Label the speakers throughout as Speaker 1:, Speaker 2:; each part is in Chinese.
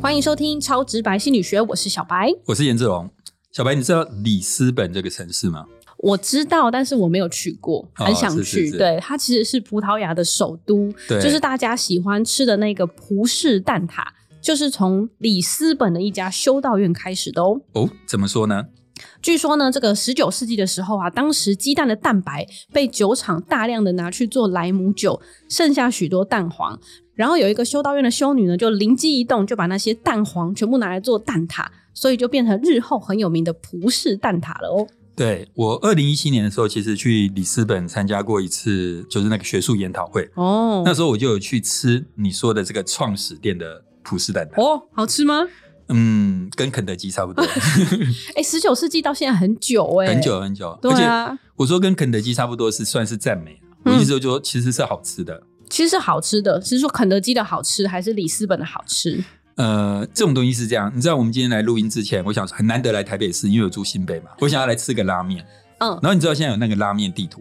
Speaker 1: 欢迎收听《超直白心理学》，我是小白。
Speaker 2: 我是颜志龙。小白，你知道里斯本这个城市吗？
Speaker 1: 我知道，但是我没有去过，
Speaker 2: 哦
Speaker 1: 很想去。
Speaker 2: 是是是
Speaker 1: 对，它其实是葡萄牙的首都，
Speaker 2: 对
Speaker 1: 就是大家喜欢吃的那个葡式蛋挞，就是从里斯本的一家修道院开始的哦。
Speaker 2: 哦，怎么说呢？
Speaker 1: 据说呢，这个十九世纪的时候啊，当时鸡蛋的蛋白被酒厂大量的拿去做莱姆酒，剩下许多蛋黄。然后有一个修道院的修女呢，就灵机一动，就把那些蛋黄全部拿来做蛋挞，所以就变成日后很有名的葡式蛋挞了哦。
Speaker 2: 对我二零一七年的时候，其实去里斯本参加过一次，就是那个学术研讨会。
Speaker 1: 哦
Speaker 2: 那时候我就有去吃你说的这个创始店的葡式蛋挞，
Speaker 1: 哦，好吃吗？
Speaker 2: 嗯，跟肯德基差不多，
Speaker 1: 哎，十九世纪到现在很久哎、
Speaker 2: 很。久很久。
Speaker 1: 对
Speaker 2: 而且
Speaker 1: 啊，
Speaker 2: 我说跟肯德基差不多是算是赞美，啊
Speaker 1: 嗯
Speaker 2: 我意思就是说其实是好吃的。
Speaker 1: 其实是好吃的，是说肯德基的好吃，还是里斯本的好吃？
Speaker 2: 呃，这种东西是这样，你知道我们今天来录音之前，我想说很难得来台北市，因为我住新北嘛，我想要来吃个拉面。
Speaker 1: 嗯，
Speaker 2: 然后你知道现在有那个拉面地图，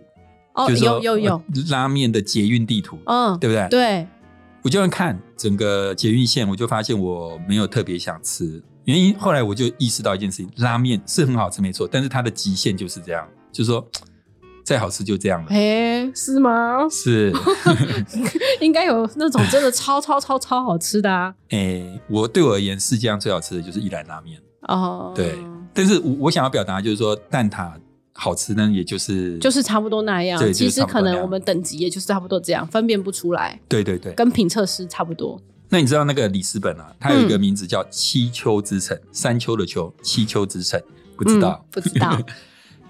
Speaker 1: 哦，
Speaker 2: 就是
Speaker 1: 有
Speaker 2: 说
Speaker 1: 有有，
Speaker 2: 呃拉面的捷运地图，
Speaker 1: 嗯，
Speaker 2: 对不对？
Speaker 1: 对，
Speaker 2: 我就看整个捷运线，我就发现我没有特别想吃，原因后来我就意识到一件事情，拉面是很好吃没错，但是它的极限就是这样，就是说再好吃就这样了。
Speaker 1: 哎，是吗？
Speaker 2: 是，
Speaker 1: 应该有那种真的超超超超好吃的啊！
Speaker 2: 诶，哎我对我而言，世界上最好吃的就是一兰拉面。
Speaker 1: 哦，
Speaker 2: 对但是我我想要表达就是说，蛋挞好吃呢，也就是
Speaker 1: 就是差不多那样。
Speaker 2: 对
Speaker 1: 其
Speaker 2: 就是
Speaker 1: 实
Speaker 2: 差不多
Speaker 1: 可
Speaker 2: 那样
Speaker 1: 能我们等级也就是差不多这样，分辨不出来，
Speaker 2: 对对对。
Speaker 1: 跟评测师差不多。
Speaker 2: 那你知道那个里斯本啊，它有一个
Speaker 1: 嗯
Speaker 2: 名字叫七丘之城，山丘的丘，七丘之城，不知道
Speaker 1: 嗯、不知 道。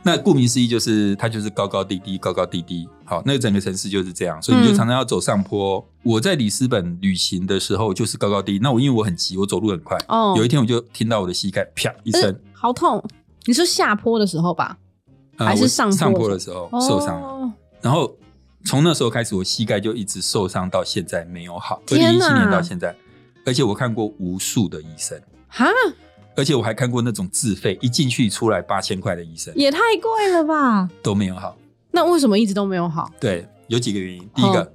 Speaker 2: 那顾名思义就是它就是高高低低，高高低低。好，那整个城市就是这样，所以你就
Speaker 1: 嗯
Speaker 2: 常常要走上坡。哦我在里斯本旅行的时候就是高高低，那我因为我很急，我走路很快。
Speaker 1: 哦，
Speaker 2: 有一天我就听到我的膝盖啪一声，
Speaker 1: 呃好痛！你说下坡的时候吧？
Speaker 2: 呃
Speaker 1: 还是
Speaker 2: 我
Speaker 1: 上坡
Speaker 2: 上坡的时候受伤了。
Speaker 1: 哦、
Speaker 2: 然后从那时候开始，我膝盖就一直受伤到现在没有好，二零
Speaker 1: 天
Speaker 2: 一
Speaker 1: 哪
Speaker 2: 七年到现在，而且我看过无数的医生，
Speaker 1: 哈，
Speaker 2: 而且我还看过那种自费一进去出来八千块的医生
Speaker 1: 也太贵了吧？
Speaker 2: 都没有好。
Speaker 1: 那为什么一直都没有好？
Speaker 2: 对，有几个原
Speaker 1: 嗯
Speaker 2: 因，第一个、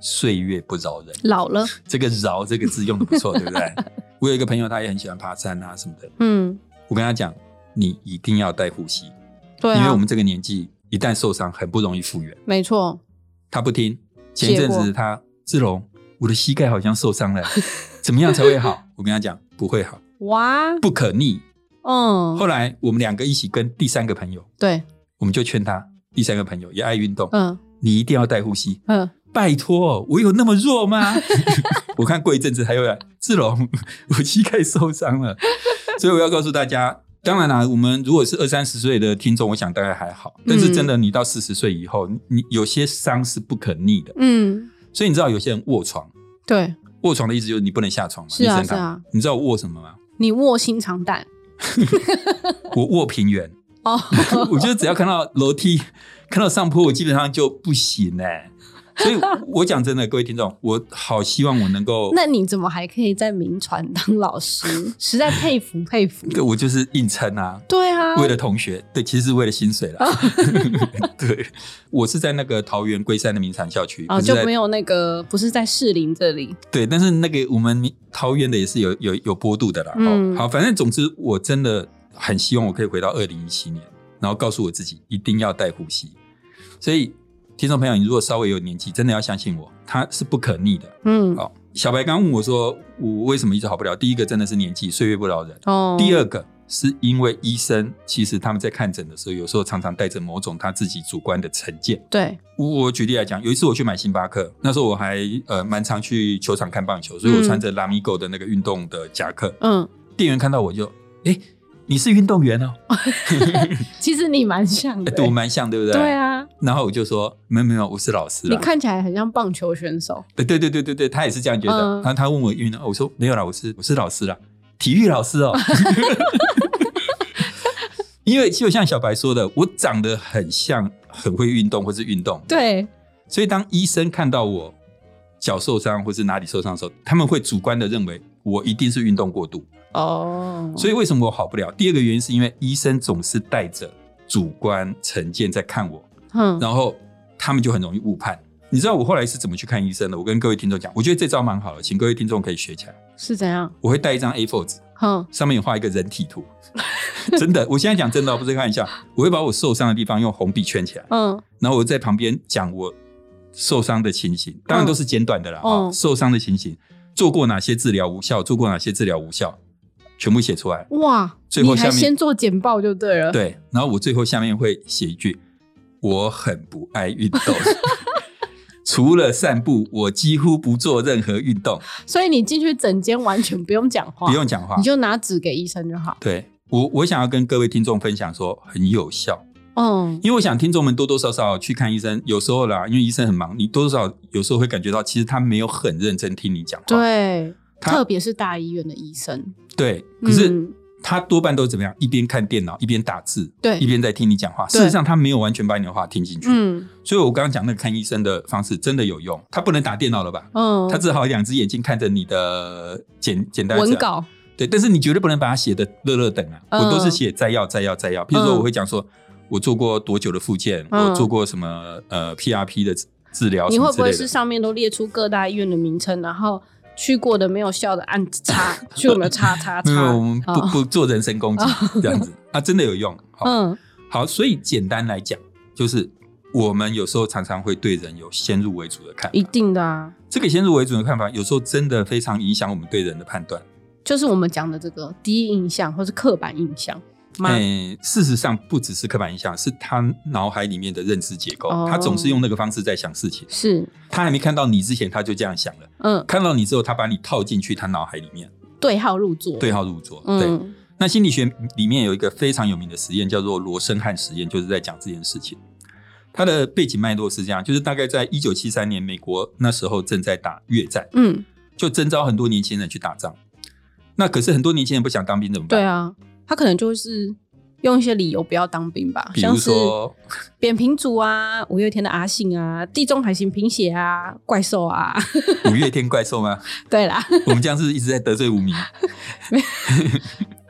Speaker 2: 岁月不饶人，
Speaker 1: 老了，
Speaker 2: 这个“饶”这个字用的不 错，对不对？我有一个朋友，他也很喜欢爬山啊什么的，
Speaker 1: 嗯，
Speaker 2: 我跟他讲，你一定要带护膝，
Speaker 1: 对
Speaker 2: 因为
Speaker 1: 啊，
Speaker 2: 我们这个年纪一旦受伤很不容易复原。
Speaker 1: 没错，
Speaker 2: 他不听。前一阵
Speaker 1: 结果
Speaker 2: 子他志龙，我的膝盖好像受 伤了，怎么样才会好？我跟他讲，不会好，
Speaker 1: 哇，
Speaker 2: 不可逆。
Speaker 1: 嗯，
Speaker 2: 后来我们两个一起跟第三个朋友，
Speaker 1: 对，
Speaker 2: 我们就劝他，第三个朋友也爱运动，
Speaker 1: 嗯
Speaker 2: 你一定要带护膝。
Speaker 1: 嗯，
Speaker 2: 拜托，我有那么弱 吗？我看过一阵子，还有人志龙， 我膝盖受伤了，所以我要告诉大家。当然啦、我们如果是二三十岁的听众，我想大概还好。但是真的，你到四十岁以后，你你有些伤是不可逆的。
Speaker 1: 嗯，
Speaker 2: 所以你知道有些人卧床，
Speaker 1: 对，
Speaker 2: 卧床的意思就是你不能下床嘛，
Speaker 1: 是啊
Speaker 2: 你只能躺
Speaker 1: 是啊。
Speaker 2: 你知道我卧什么吗？
Speaker 1: 你卧薪尝胆
Speaker 2: 我卧平原。
Speaker 1: 哦。
Speaker 2: 我觉得只要看到楼梯， 看到上坡，我基本上就不行哎、所以，我讲真的，各位听众，我好希望我能够，
Speaker 1: 那你怎么还可以在民传当老 师？实在佩服佩服。
Speaker 2: 我就是硬撑啊。
Speaker 1: 对啊，
Speaker 2: 为了同学，对，其实是为了薪水啦。
Speaker 1: 嗯
Speaker 2: 对，我是在那个桃园龟山的名产校区，
Speaker 1: 啊、
Speaker 2: 不是
Speaker 1: 就
Speaker 2: 在
Speaker 1: 没有那个不是在士林这里，
Speaker 2: 对，但是那个我们桃园的也是有有有坡度的啦。
Speaker 1: 嗯
Speaker 2: 哦，好，反正总之我真的很希望我可以回到二零一七年，然后告诉我自己一定要带护膝。所以听众朋友，你如果稍微有年纪，真的要相信我，它是不可逆的。
Speaker 1: 嗯，
Speaker 2: 哦，小白刚问我说，我为什么一直好不了？第一个真的是年纪，岁月不饶人；
Speaker 1: 哦，
Speaker 2: 第二个是因为医生其实他们在看诊的时候，有时候常常带着某种他自己主观的成见。
Speaker 1: 对，
Speaker 2: 我我举例来讲，有一次我去买星巴克，那时候我还呃蛮常去球场看棒球，所以我穿着拉米狗的那个运动的夹克。
Speaker 1: 嗯，
Speaker 2: 店员看到我就，哎、你是运动员哦，
Speaker 1: 其实你蛮像
Speaker 2: 诶
Speaker 1: 的、
Speaker 2: 哎对我蛮像，对不对？
Speaker 1: 对。啊，
Speaker 2: 然后我就说，没有没有，我是啊老师
Speaker 1: 你
Speaker 2: 啦。
Speaker 1: 看起来很像棒球选手，
Speaker 2: 对对对对对对，他也是这样觉得。
Speaker 1: 嗯
Speaker 2: 他他问我运动，我说没有啦，我是我是老师啦，体育老师哦。 因为就像小白说的，我长得很像很会运动或是运动，
Speaker 1: 对，
Speaker 2: 所以当医生看到我脚受伤或是哪里受伤的时候，他们会主观的认为我一定是运动过度。
Speaker 1: 哦，
Speaker 2: 所以为什么我好不了？第二个原因是因为医生总是带着主观成见在看我，
Speaker 1: 嗯，
Speaker 2: 然后他们就很容易误判。你知道我后来是怎么去看医生的？我跟各位听众讲，我觉得这招蛮好的，请各位听众可以学起来。
Speaker 1: 是怎样？
Speaker 2: 我会带一张 A4 纸，
Speaker 1: 哼，
Speaker 2: 上面画一个人体图，真的，我现在讲真的哦，不是开玩笑。我会把我受伤的地方用红笔圈起来，
Speaker 1: 嗯，
Speaker 2: 然后我在旁边讲我受伤的情形，当然都是简短的啦。哦
Speaker 1: 嗯
Speaker 2: 受伤的情形，做过哪些治疗无效，做过哪些治疗无效，全部写出来。
Speaker 1: 哇，
Speaker 2: 最后
Speaker 1: 你还
Speaker 2: 下面
Speaker 1: 先做简报就对 了。，
Speaker 2: 对，然后我最后下面会写一句：我很不爱运动， 除了散步，我几乎不做任何运动，
Speaker 1: 所以你进去整间完全不用讲话，
Speaker 2: 不用讲话
Speaker 1: 你。就拿纸给医生就好。
Speaker 2: 对我，我想要跟各位听众分享说，很有效。
Speaker 1: 嗯，
Speaker 2: 因为我想听众们多多少少去看医生，有时候啦，因为医生很忙，你多多少少有时候会感觉到，其实他没有很认真听你讲话。
Speaker 1: 对，
Speaker 2: 他
Speaker 1: 特别是大医院的医生，
Speaker 2: 对，可是
Speaker 1: 嗯、
Speaker 2: 他多半都怎么样？一边看电脑，一边打字，
Speaker 1: 对
Speaker 2: 一边在听你讲话。事
Speaker 1: 对
Speaker 2: 实上，他没有完全把你的话听进去。
Speaker 1: 嗯
Speaker 2: 所以我刚刚讲那个看医生的方式真的有用。他不能打电脑了吧？
Speaker 1: 嗯，
Speaker 2: 他只好两只眼睛看着你的简简单的
Speaker 1: 文
Speaker 2: 字啊
Speaker 1: 稿，
Speaker 2: 对，但是你绝对不能把它写的乐乐等啊！
Speaker 1: 嗯
Speaker 2: 我都是写摘要、摘要、摘要。譬如说，
Speaker 1: 嗯
Speaker 2: 我会讲说，我做过多久的复健，
Speaker 1: 嗯
Speaker 2: 我做过什么呃 PRP 的治治疗，
Speaker 1: 你
Speaker 2: 什
Speaker 1: 会
Speaker 2: 么
Speaker 1: 不
Speaker 2: 之类
Speaker 1: 会
Speaker 2: 的。
Speaker 1: 是上面都列出各大医院的名称，然后去过的没有效的按叉，去有没有叉叉
Speaker 2: 没有，
Speaker 1: 叉？
Speaker 2: 嗯我们不、
Speaker 1: 哦
Speaker 2: 不做人身攻击、这样子啊，真的有用。好，
Speaker 1: 嗯
Speaker 2: 好，所以简单来讲，就是我们有时候常常会对人有先入为主的看
Speaker 1: 一
Speaker 2: 法。
Speaker 1: 定的啊，
Speaker 2: 这个先入为主的看法，有时候真的非常影响我们对人的判断。
Speaker 1: 就是我们讲的这个第一印象或是刻板印象吗？
Speaker 2: 哎，事实上不只是刻板印象，是他脑海里面的认知结构，
Speaker 1: 哦
Speaker 2: 他总是用那个方式在想事情。
Speaker 1: 是，
Speaker 2: 他还没看到你之前，他就这样想了；
Speaker 1: 嗯，
Speaker 2: 看到你之后，他把你套进去他脑海里面，
Speaker 1: 对号入座，
Speaker 2: 对号入座。对，
Speaker 1: 嗯，
Speaker 2: 那心理学里面有一个非常有名的实验，叫做罗森汉实验，就是在讲这件事情。它的背景脉络是这样，就是大概在一九七三年，美国那时候正在打越战，
Speaker 1: 嗯，
Speaker 2: 就征召很多年轻人去打仗。那可是很多年轻人不想当兵怎么办？
Speaker 1: 对啊，他可能就是用一些理由不要当兵吧，
Speaker 2: 比如
Speaker 1: 像是
Speaker 2: 说
Speaker 1: 扁平足啊、五月天的阿信啊、地中海型贫血啊、怪兽啊，
Speaker 2: 五月天怪兽吗？
Speaker 1: 对啦，
Speaker 2: 我们这样是一直在得罪无名。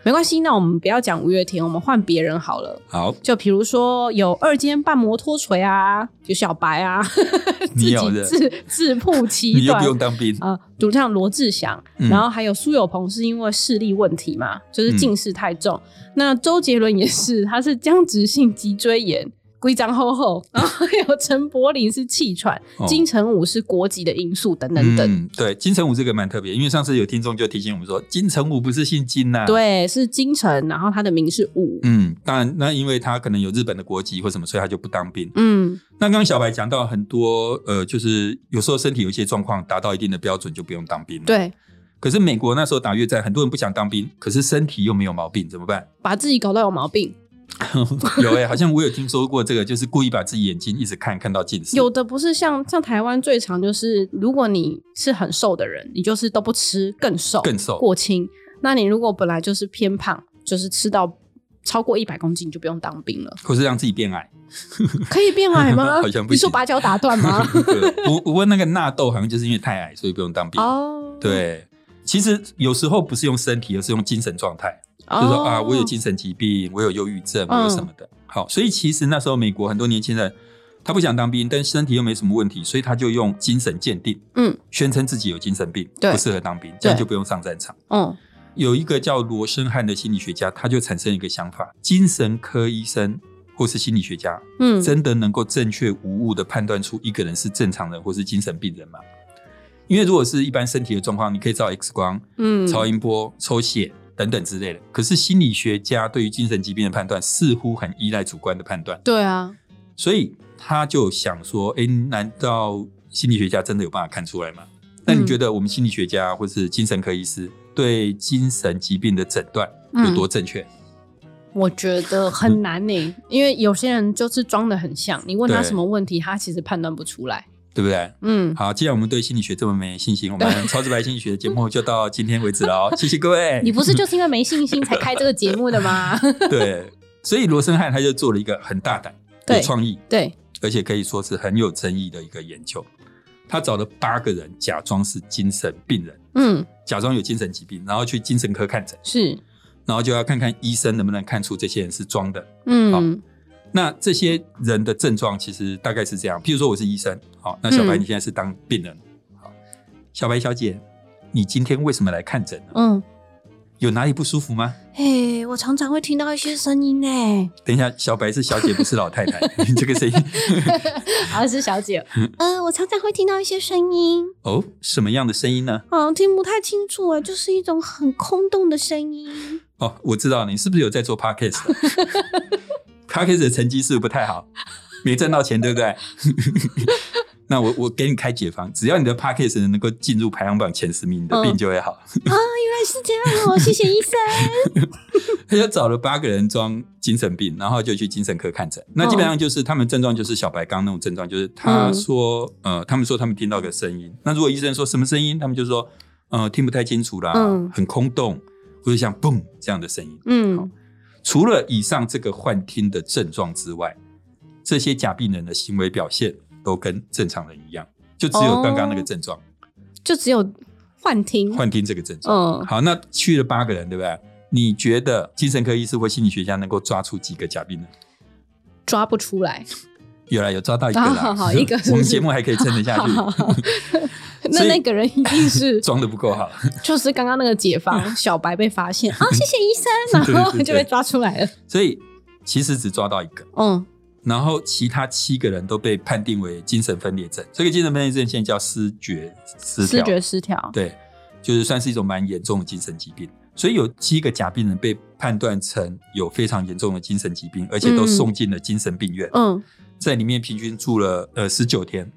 Speaker 1: 没关系，那我们不要讲五月天，我们换别人好了。
Speaker 2: 好，
Speaker 1: 就比如说有二尖瓣膜脱垂啊，有小白啊， 自
Speaker 2: 你
Speaker 1: 己
Speaker 2: 有的
Speaker 1: 自自曝其
Speaker 2: 你又
Speaker 1: 短
Speaker 2: 不用当兵，
Speaker 1: 啊，就像罗志祥，
Speaker 2: 嗯
Speaker 1: 然后还有苏有朋是因为视力问题嘛，就是近视太重。那周杰伦也是，他是僵直性脊椎炎。规章厚厚， 然后还有陈柏霖是气喘，
Speaker 2: 哦
Speaker 1: 金城武是国籍的因素等等等，
Speaker 2: 嗯。对，金城武这个蛮特别，因为上次有听众就提醒我们说，金城武不是姓金呐、。
Speaker 1: 对，是金城，然后他的名是武，
Speaker 2: 嗯，当然，那因为他可能有日本的国籍或什么，所以他就不当兵。
Speaker 1: 嗯
Speaker 2: 那刚刚小白讲到很多，呃，就是有时候身体有一些状况达到一定的标准就不用当兵了。。
Speaker 1: 对，
Speaker 2: 可是美国那时候打越战，很多人不想当兵，可是身体又没有毛病，怎么办？
Speaker 1: 把自己搞到有毛病，
Speaker 2: 有哎、好像我有听说过这个，就是故意把自己眼睛一直看，看到近视。
Speaker 1: 有的不是像像台湾最常就是，如果你是很瘦的人，你就是都不吃，更瘦，
Speaker 2: 更瘦
Speaker 1: 过轻。那你如果本来就是偏胖，就是吃到超过一百公斤，你就不用当兵了。
Speaker 2: 或是让自己变矮。
Speaker 1: 可以变矮吗？
Speaker 2: 好像不
Speaker 1: 你
Speaker 2: 行？
Speaker 1: 说把脚打断吗
Speaker 2: 对我我问那个纳豆，好像就是因为太矮，所以不用当兵。
Speaker 1: 哦，，
Speaker 2: 对，其实有时候不是用身体，而是用精神状态，
Speaker 1: 哦、嗯
Speaker 2: 就是说啊，我有精神疾病，我有忧郁症，我有什么的。好，所以其实那时候美国很多年轻人，他不想当兵，但身体又没什么问题，所以他就用精神鉴定，
Speaker 1: 嗯
Speaker 2: 宣称自己有精神病，
Speaker 1: 对
Speaker 2: 不适合当兵，这样
Speaker 1: 对
Speaker 2: 就不用上战场。
Speaker 1: 嗯
Speaker 2: 有一个叫罗森汉的心理学家，他就产生一个想法：精神科医生或是心理学家，
Speaker 1: 嗯，
Speaker 2: 真的能够正确无误的判断出一个人是正常人或是精神病人吗？因为如果是一般身体的状况，你可以照 X 光、
Speaker 1: 嗯
Speaker 2: 超音波、抽血等等之类的。可是心理学家对于精神疾病的判断似乎很依赖主观的判断，
Speaker 1: 对啊，
Speaker 2: 所以他就想说：诶，难道心理学家真的有办法看出来吗？那你
Speaker 1: 嗯
Speaker 2: 觉得我们心理学家或是精神科医师对精神疾病的诊断有
Speaker 1: 嗯
Speaker 2: 多正确？
Speaker 1: 我觉得很难呢、因为有些人就是装的很像，你问他
Speaker 2: 对
Speaker 1: 什么问题，他其实判断不出来。
Speaker 2: 对不对？
Speaker 1: 嗯，
Speaker 2: 好，既然我们对心理学这么没信心，我们超直白心理学的节目就到今天为止了哦，谢谢各位。
Speaker 1: 你不是就是因为没信心才开这个节目的吗？
Speaker 2: 对，所以罗森汉他就做了一个很大胆、
Speaker 1: 对
Speaker 2: 有创意，
Speaker 1: 对，
Speaker 2: 而且可以说是很有争议的一个研究。他找了八个人假装是精神病人，
Speaker 1: 嗯，
Speaker 2: 假装有精神疾病，然后去精神科看诊，
Speaker 1: 是，
Speaker 2: 然后就要看看医生能不能看出这些人是装的。
Speaker 1: 嗯，
Speaker 2: 那这些人的症状其实大概是这样，譬如说我是医生，好，那小白
Speaker 1: 嗯
Speaker 2: 你现在是当病人，好，小白小姐，你今天为什么来看诊呢？
Speaker 1: 嗯，
Speaker 2: 有哪里不舒服吗？
Speaker 1: 嘿，我常常会听到一些声音呢，
Speaker 2: 等一下，小白是小姐，不是老太太，你这个声音
Speaker 1: 啊，是小姐，
Speaker 2: 嗯
Speaker 1: 呃，我常常会听到一些声音，
Speaker 2: 哦，什么样的声音呢？
Speaker 1: 嗯，听不太清楚啊，就是一种很空洞的声音。
Speaker 2: 哦，我知道你是不是有在做 podcast？podcast 的成绩是不是不太好，没赚到钱，对不对？那我我给你开解方，只要你的 podcast 能够进入排行榜前十名，你的病就会好。
Speaker 1: 原来是这样 哦，谢谢医生。
Speaker 2: 他就找了八个人装精神病，然后就去精神科看诊。那基本上就是他们症状就是小白刚那种症状，就是他说、呃，他们说他们听到个声音。那如果医生说什么声音，他们就说呃听不太清楚啦，
Speaker 1: 嗯
Speaker 2: 很空洞，或者像嘣这样的声音。
Speaker 1: 嗯
Speaker 2: 除了以上这个幻听的症状之外，这些假病人的行为表现都跟正常人一样，就只有刚刚那个症状，，
Speaker 1: 就只有幻听。
Speaker 2: 幻听这个症状。
Speaker 1: 嗯，
Speaker 2: 好，那去了八个人，对不对？你觉得精神科医师或心理学家能够抓出几个假病人？
Speaker 1: 抓不出来。
Speaker 2: 有啦，有抓到一个啦，
Speaker 1: 啊好好一个是不是
Speaker 2: 我们节目还可以撑得下去，
Speaker 1: 好好好那
Speaker 2: 所以
Speaker 1: 那个人一定是
Speaker 2: 装的不够好。
Speaker 1: 就是刚刚那个解 放小白被发现啊，谢谢医生，然后
Speaker 2: 嗯对对对
Speaker 1: 就被抓出来了。
Speaker 2: 所以其实只抓到一个，
Speaker 1: 嗯
Speaker 2: 然后其他七个人都被判定为精神分裂症。这个精神分裂症现在叫失觉失
Speaker 1: 视
Speaker 2: 调，
Speaker 1: 觉失调。
Speaker 2: 对，就是算是一种蛮严重的精神疾病。所以有七个假病人被判断成有非常严重的精神疾病，而且都
Speaker 1: 嗯
Speaker 2: 送进了精神病院，
Speaker 1: 嗯，
Speaker 2: 在里面平均住了呃十九天，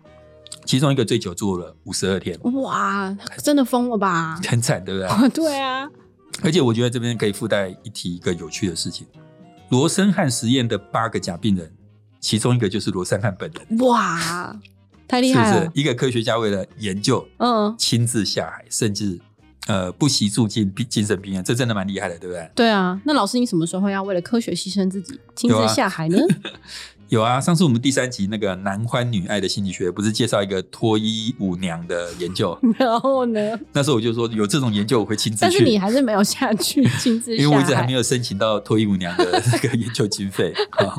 Speaker 2: 其中一个最久住了五十二天，？
Speaker 1: 哇，他真的疯了吧
Speaker 2: 很惨，对不对？
Speaker 1: 对啊，
Speaker 2: 而且我觉得这边可以附带一提一个有趣的事情：罗森汉实验的八个假病人，其中一个就是罗森汉本人，
Speaker 1: 哇，太厉
Speaker 2: 是不
Speaker 1: 害哦
Speaker 2: 是
Speaker 1: 了。？
Speaker 2: 一个科学家为了研究，
Speaker 1: 嗯，
Speaker 2: 亲自下海，甚至呃不惜住进病精神病院，这真的蛮厉害的，对不对？
Speaker 1: 对啊。那老师，你什么时候要为了科学牺牲自己，亲
Speaker 2: 有啊
Speaker 1: 自下海呢？
Speaker 2: 有啊，上次我们第三集那个男欢女爱的心理学，不是介绍一个脱衣舞娘的研究？
Speaker 1: 然后呢？
Speaker 2: 那时候我就说有这种研究我会亲自去，
Speaker 1: 但是你还是没有下去亲自下海，
Speaker 2: 因为我一直还没有申请到脱衣舞娘的那个研究经费。啊。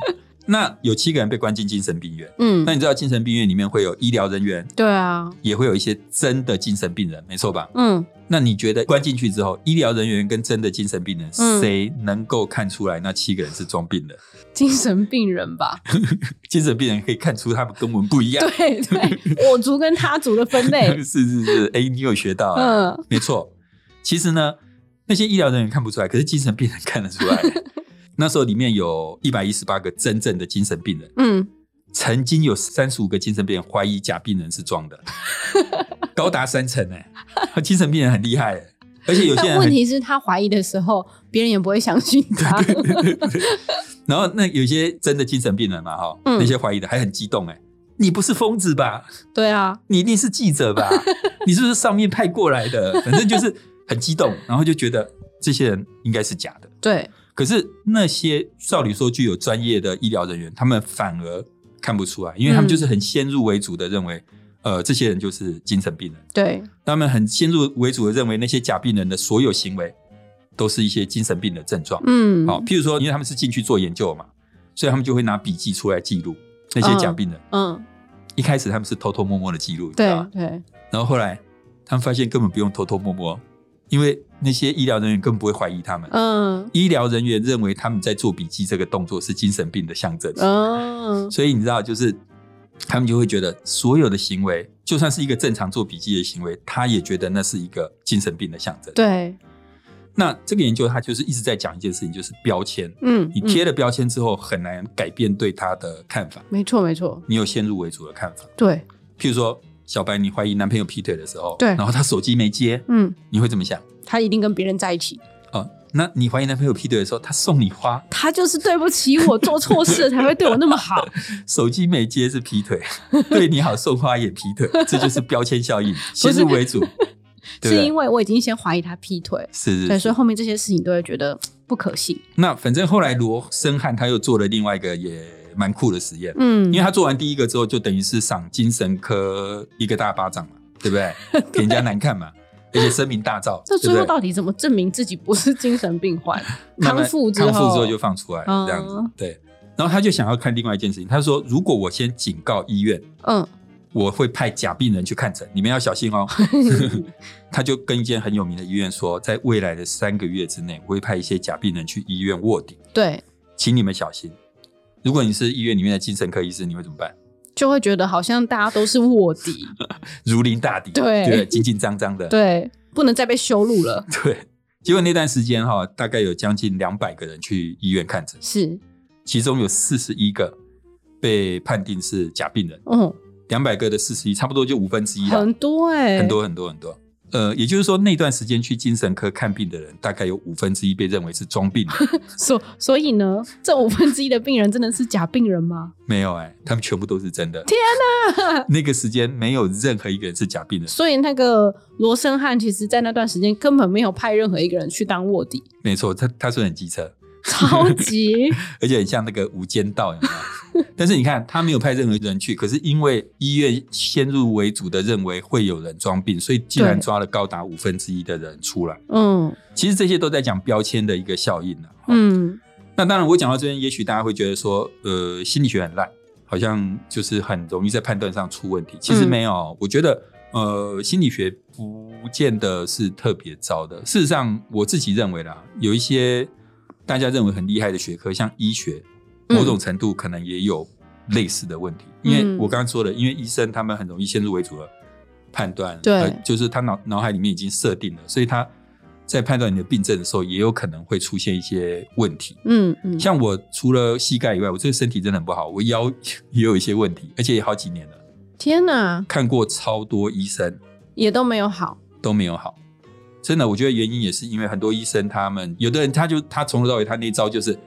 Speaker 2: 那有七个人被关进精神病院。
Speaker 1: 嗯
Speaker 2: 那，你知道精神病院里面会有医疗人员，
Speaker 1: 对啊，
Speaker 2: 也会有一些真的精神病人，没错吧？
Speaker 1: 嗯，
Speaker 2: 那你觉得关进去之后，医疗人员跟真的精神病人，
Speaker 1: 嗯
Speaker 2: 谁能够看出来那七个人是装病的？
Speaker 1: 精神病人 吧？
Speaker 2: 精神病人可以看出他们跟我们不一样。
Speaker 1: 对对，我族跟他族的分 类，
Speaker 2: 是是是，哎、你有学到啊？
Speaker 1: 嗯，
Speaker 2: 没错。其实呢，那些医疗人员看不出来，可是精神病人看得出 来。那时候里面有一百一十八个真正的精神病人，
Speaker 1: 嗯，
Speaker 2: 曾经有三十五个精神病人怀疑假病人是装的，高达三成哎、精神病人很厉害、欸，而且有些
Speaker 1: 但
Speaker 2: 人
Speaker 1: 问
Speaker 2: 很，
Speaker 1: 题是，他怀疑的时候，别人也不会相信他。
Speaker 2: 然后那有些真的精神病人嘛哈，
Speaker 1: 嗯
Speaker 2: 那些怀疑的还很激动哎、你不是疯子吧？
Speaker 1: 对啊，
Speaker 2: 你一定是记者吧？你是不是上面派过来的？反正就是很激动，然后就觉得这些人应该是假的。
Speaker 1: 对，
Speaker 2: 可是那些照理说具有专业的医疗人员，他们反而看不出来，因为他们
Speaker 1: 嗯
Speaker 2: 就是很先入为主的认为，呃，这些人就是精神病人。
Speaker 1: 对，
Speaker 2: 他们很先入为主的认为那些假病人的所有行为都是一些精神病的症状。
Speaker 1: 嗯，
Speaker 2: 好、譬如说，因为他们是进去做研究嘛，所以他们就会拿笔记出来记录那些假病人。
Speaker 1: 嗯，
Speaker 2: 一开始他们是偷偷摸摸的记录，你知道
Speaker 1: 对
Speaker 2: 吧
Speaker 1: 对，
Speaker 2: 然后后来他们发现根本不用偷偷摸摸，因为那些医疗人员根本不会怀疑他们。
Speaker 1: 嗯
Speaker 2: 医疗人员认为他们在做笔记这个动作是精神病的象征，
Speaker 1: 嗯，
Speaker 2: 所以你知道，就是他们就会觉得所有的行为，就算是一个正常做笔记的行为，他也觉得那是一个精神病的象征。
Speaker 1: 对，
Speaker 2: 那这个研究它就是一直在讲一件事情，就是标签。
Speaker 1: 嗯，
Speaker 2: 你
Speaker 1: 嗯
Speaker 2: 贴了标签之后，很难改变对他的看法。
Speaker 1: 没错没错，
Speaker 2: 你有先入为主的看法，
Speaker 1: 对，
Speaker 2: 譬如说小白，你怀疑男朋友劈腿的时候，
Speaker 1: 对
Speaker 2: 然后他手机没接，
Speaker 1: 嗯，
Speaker 2: 你会怎么想？
Speaker 1: 他一定跟别人在一起，
Speaker 2: 哦，那你怀疑男朋友劈腿的时候，他送你花，
Speaker 1: 他就是对不起我，做错事才会对我那么好。
Speaker 2: 手机没接是劈腿， 对你好送花也劈 腿，这就是标签效应，先
Speaker 1: 是
Speaker 2: 入为主， 对不
Speaker 1: 是因
Speaker 2: 对？
Speaker 1: 为我已经先怀疑他劈腿，
Speaker 2: 是
Speaker 1: 对，
Speaker 2: 是
Speaker 1: 所
Speaker 2: 是。
Speaker 1: 以后面这些事情都会觉得不可信。
Speaker 2: 那反正后来罗森汉他又做了另外一个也蛮酷的实验，
Speaker 1: 嗯
Speaker 2: 因为，他做完第一个之后，就等于是赏精神科一个大巴掌嘛，对不对？ 给人家难看嘛，而且声名大噪，
Speaker 1: 这
Speaker 2: 对
Speaker 1: 最
Speaker 2: 不
Speaker 1: 后
Speaker 2: 对？
Speaker 1: 到底怎么证明自己不是精神病患？
Speaker 2: 慢慢
Speaker 1: 康复之
Speaker 2: 康复之
Speaker 1: 后
Speaker 2: 后就放出来了，
Speaker 1: 嗯
Speaker 2: 这样子。对，然后他就想要看另外一件事情，他说如果我先警告医院，
Speaker 1: 嗯，
Speaker 2: 我会派假病人去看诊，你们要小心哦。他就跟一间很有名的医院说，在未来的三个月之内，我会派一些假病人去医院卧底，
Speaker 1: 对，
Speaker 2: 请你们小心。如果你是医院里面的精神科医师，你会怎么办？
Speaker 1: 就会觉得好像大家都是卧底，
Speaker 2: 如临大敌，
Speaker 1: 对
Speaker 2: 对，紧紧张张的，
Speaker 1: 对，不能再被羞辱了，
Speaker 2: 对。结果那段时间哈、大概有将近两百个人去医院看诊，
Speaker 1: 是，
Speaker 2: 其中有四十一个被判定是假病人，
Speaker 1: 嗯，
Speaker 2: 两百个的四十一，差不多就五分之一了，
Speaker 1: 很多哎、
Speaker 2: 很，多很多很多。呃，也就是说，那段时间去精神科看病的人，大概有五分之一被认为是装病的。
Speaker 1: 所所以呢，这五分之一的病人真的是假病人吗？
Speaker 2: 没有哎、他们全部都是真的。天哪！那个时间没有任何一个人是假病人，
Speaker 1: 所以那个罗生汉其实，在那段时间根本没有派任何一个人去当卧 底，
Speaker 2: 没错，他他说很机车，
Speaker 1: 超 级
Speaker 2: 而且很像那个《无间道》有 没有？但是你看，他没有派任何人去，可是因为医院先入为主的认为会有人装病，所以竟然
Speaker 1: 对
Speaker 2: 抓了高达五分之一的人出来。
Speaker 1: 嗯
Speaker 2: 其实这些都在讲标签的一个效应啊。
Speaker 1: 嗯，
Speaker 2: 那当然，我讲到这边，也许大家会觉得说，呃，心理学很烂，好像就是很容易在判断上出问题。其实
Speaker 1: 嗯
Speaker 2: 没有，我觉得，呃，心理学不见得是特别糟的。事实上，我自己认为啦，有一些大家认为很厉害的学科，像医学，
Speaker 1: 嗯
Speaker 2: 某种程度可能也有类似的问题。
Speaker 1: 嗯
Speaker 2: 因为我刚刚说的，因为医生他们很容易先入为主的判断，
Speaker 1: 对
Speaker 2: 呃就是他脑脑海里面已经设定了，所以他。在判断你的病症的时候，也有可能会出现一些问题。
Speaker 1: 嗯嗯，
Speaker 2: 像我除了膝盖以外，我这个身体真的很不好，我腰也有一些问题，而且也好几年了，
Speaker 1: 天哪，
Speaker 2: 看过超多医生
Speaker 1: 也都没有好，
Speaker 2: 都没有好。真的，我觉得原因也是因为很多医生他们，有的人他就他从头到尾他那一招就是，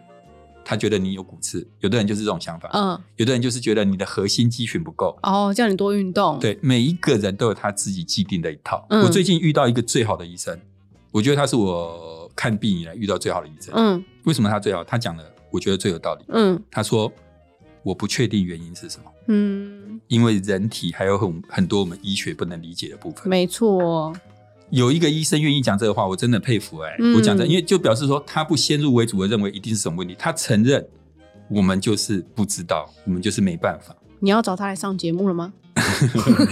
Speaker 2: 他觉得你有骨刺，有的人就是这种想法，
Speaker 1: 嗯
Speaker 2: 有的人就是觉得你的核心肌群不够。
Speaker 1: 哦，叫你多运动，，
Speaker 2: 对，每一个人都有他自己既定的一套。
Speaker 1: 嗯
Speaker 2: 我最近遇到一个最好的医生，我觉得他是我看病以来遇到最好的医生。
Speaker 1: 嗯
Speaker 2: 为什么他最好？他讲的我觉得最有道理。
Speaker 1: 嗯
Speaker 2: 他说：“我不确定原因是什么，
Speaker 1: 嗯，
Speaker 2: 因为人体还有很很多我们医学不能理解的部分。
Speaker 1: 没错，哦
Speaker 2: 有一个医生愿意讲这个话，我真的佩服哎、
Speaker 1: 嗯
Speaker 2: 我讲真，因为就表示说他不先入为主的认为一定是什么问题，他承认我们就是不知道，我们就是没办法。
Speaker 1: 你要找他来上节目了吗？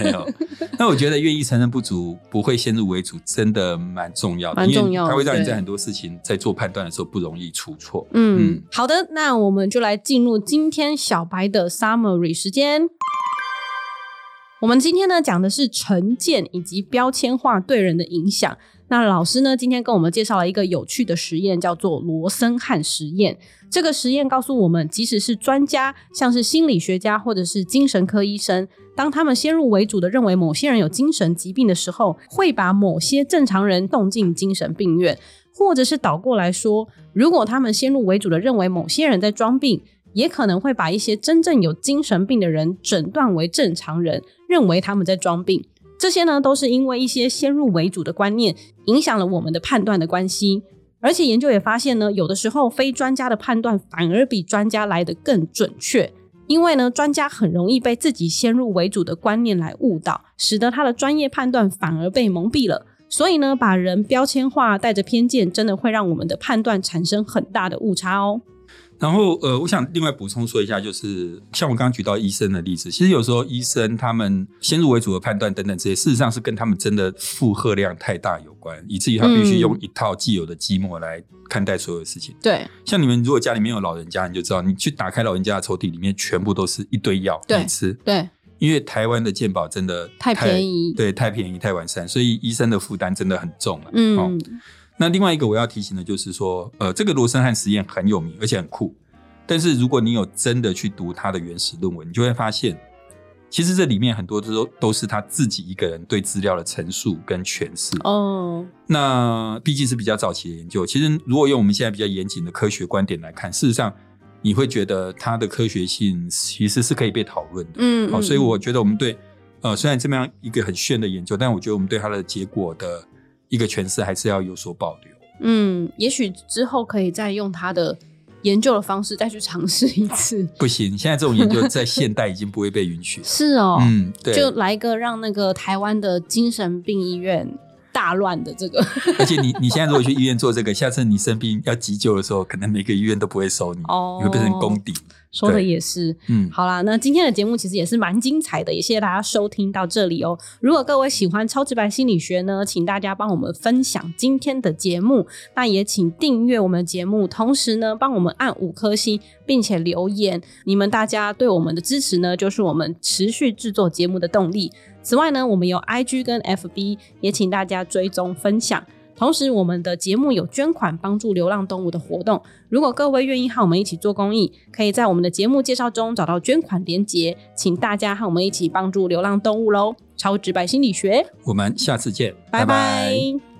Speaker 2: 没有。那我觉得愿意承认不足，不会先入为主，真的蛮重要的，
Speaker 1: 蛮重要
Speaker 2: 因为它会让你
Speaker 1: 对
Speaker 2: 在很多事情在做判断的时候不容易出错。
Speaker 1: 嗯，
Speaker 2: 嗯
Speaker 1: 好的，那我们就来进入今天小白的 summary 时间。我们今天呢讲的是成见以及标签化对人的影响。那老师呢今天跟我们介绍了一个有趣的实验，叫做罗森汉实验。这个实验告诉我们，即使是专家，像是心理学家或者是精神科医生，当他们先入为主的认为某些人有精神疾病的时候，会把某些正常人送进精神病院。或者是倒过来说，如果他们先入为主的认为某些人在装病，也可能会把一些真正有精神病的人诊断为正常人，认为他们在装病。这些呢，都是因为一些先入为主的观念影响了我们的判断的关系。而且研究也发现呢，有的时候非专家的判断反而比专家来得更准确，因为呢，专家很容易被自己先入为主的观念来误导，使得他的专业判断反而被蒙蔽了。所以呢，把人标签化、带着偏见，真的会让我们的判断产生很大的误差哦。
Speaker 2: 然后呃，我想另外补充说一下，就是像我刚刚举到医生的例子，其实有时候医生他们先入为主的判断等等这些，事实上是跟他们真的负荷量太大有关，以至于他必须用一套既有的积模来看待所有事情。
Speaker 1: 对
Speaker 2: 像你们如果家里面有老人家，你就知道，你去打开老人家的抽屉，里面全部都是一堆药
Speaker 1: 对
Speaker 2: 你吃，
Speaker 1: 对，
Speaker 2: 因为台湾的健保真的
Speaker 1: 太便宜
Speaker 2: 对，太便宜太完善，所以医生的负担真的很重了、
Speaker 1: 嗯、
Speaker 2: 哦那另外一个我要提醒的就是说，呃，这个罗森汉实验很有名，而且很酷。但是如果你有真的去读他的原始论文，你就会发现，其实这里面很多都都是他自己一个人对资料的陈述跟诠释。
Speaker 1: 哦，
Speaker 2: 那毕竟是比较早期的研究，其实如果用我们现在比较严谨的科学观点来看，事实上你会觉得它的科学性其实是可以被讨论的。
Speaker 1: 嗯，
Speaker 2: 好、
Speaker 1: 嗯
Speaker 2: 所以我觉得我们对呃，虽然这么样一个很炫的研究，但我觉得我们对它的结果的一个诠释还是要有所保留。
Speaker 1: 嗯，也许之后可以再用他的研究的方式再去尝试一次。
Speaker 2: 不行，现在这种研究在现代已经不会被允许了。
Speaker 1: 是哦，
Speaker 2: 嗯，对，
Speaker 1: 就来一个让那个台湾的精神病医院大乱的这个。
Speaker 2: 而且你你现在如果去医院做这个，下次你生病要急救的时候，可能每个医院都不会收你，
Speaker 1: 哦
Speaker 2: 你会变成公敌。
Speaker 1: 说的也是，
Speaker 2: 嗯，
Speaker 1: 好啦，那今天的节目其实也是蛮精彩的，也谢谢大家收听到这里哦。如果各位喜欢超直白心理学呢，请大家帮我们分享今天的节目，那也请订阅我们的节目，同时呢，帮我们按五颗星，并且留言。你们大家对我们的支持呢，就是我们持续制作节目的动力。此外呢，我们有 IG 跟 FB，也请大家追踪分享。同时，我们的节目有捐款帮助流浪动物的活动，如果各位愿意和我们一起做公益，可以在我们的节目介绍中找到捐款连结，请大家和我们一起帮助流浪动物喽！超直白心理学，
Speaker 2: 我们下次见，
Speaker 1: 拜拜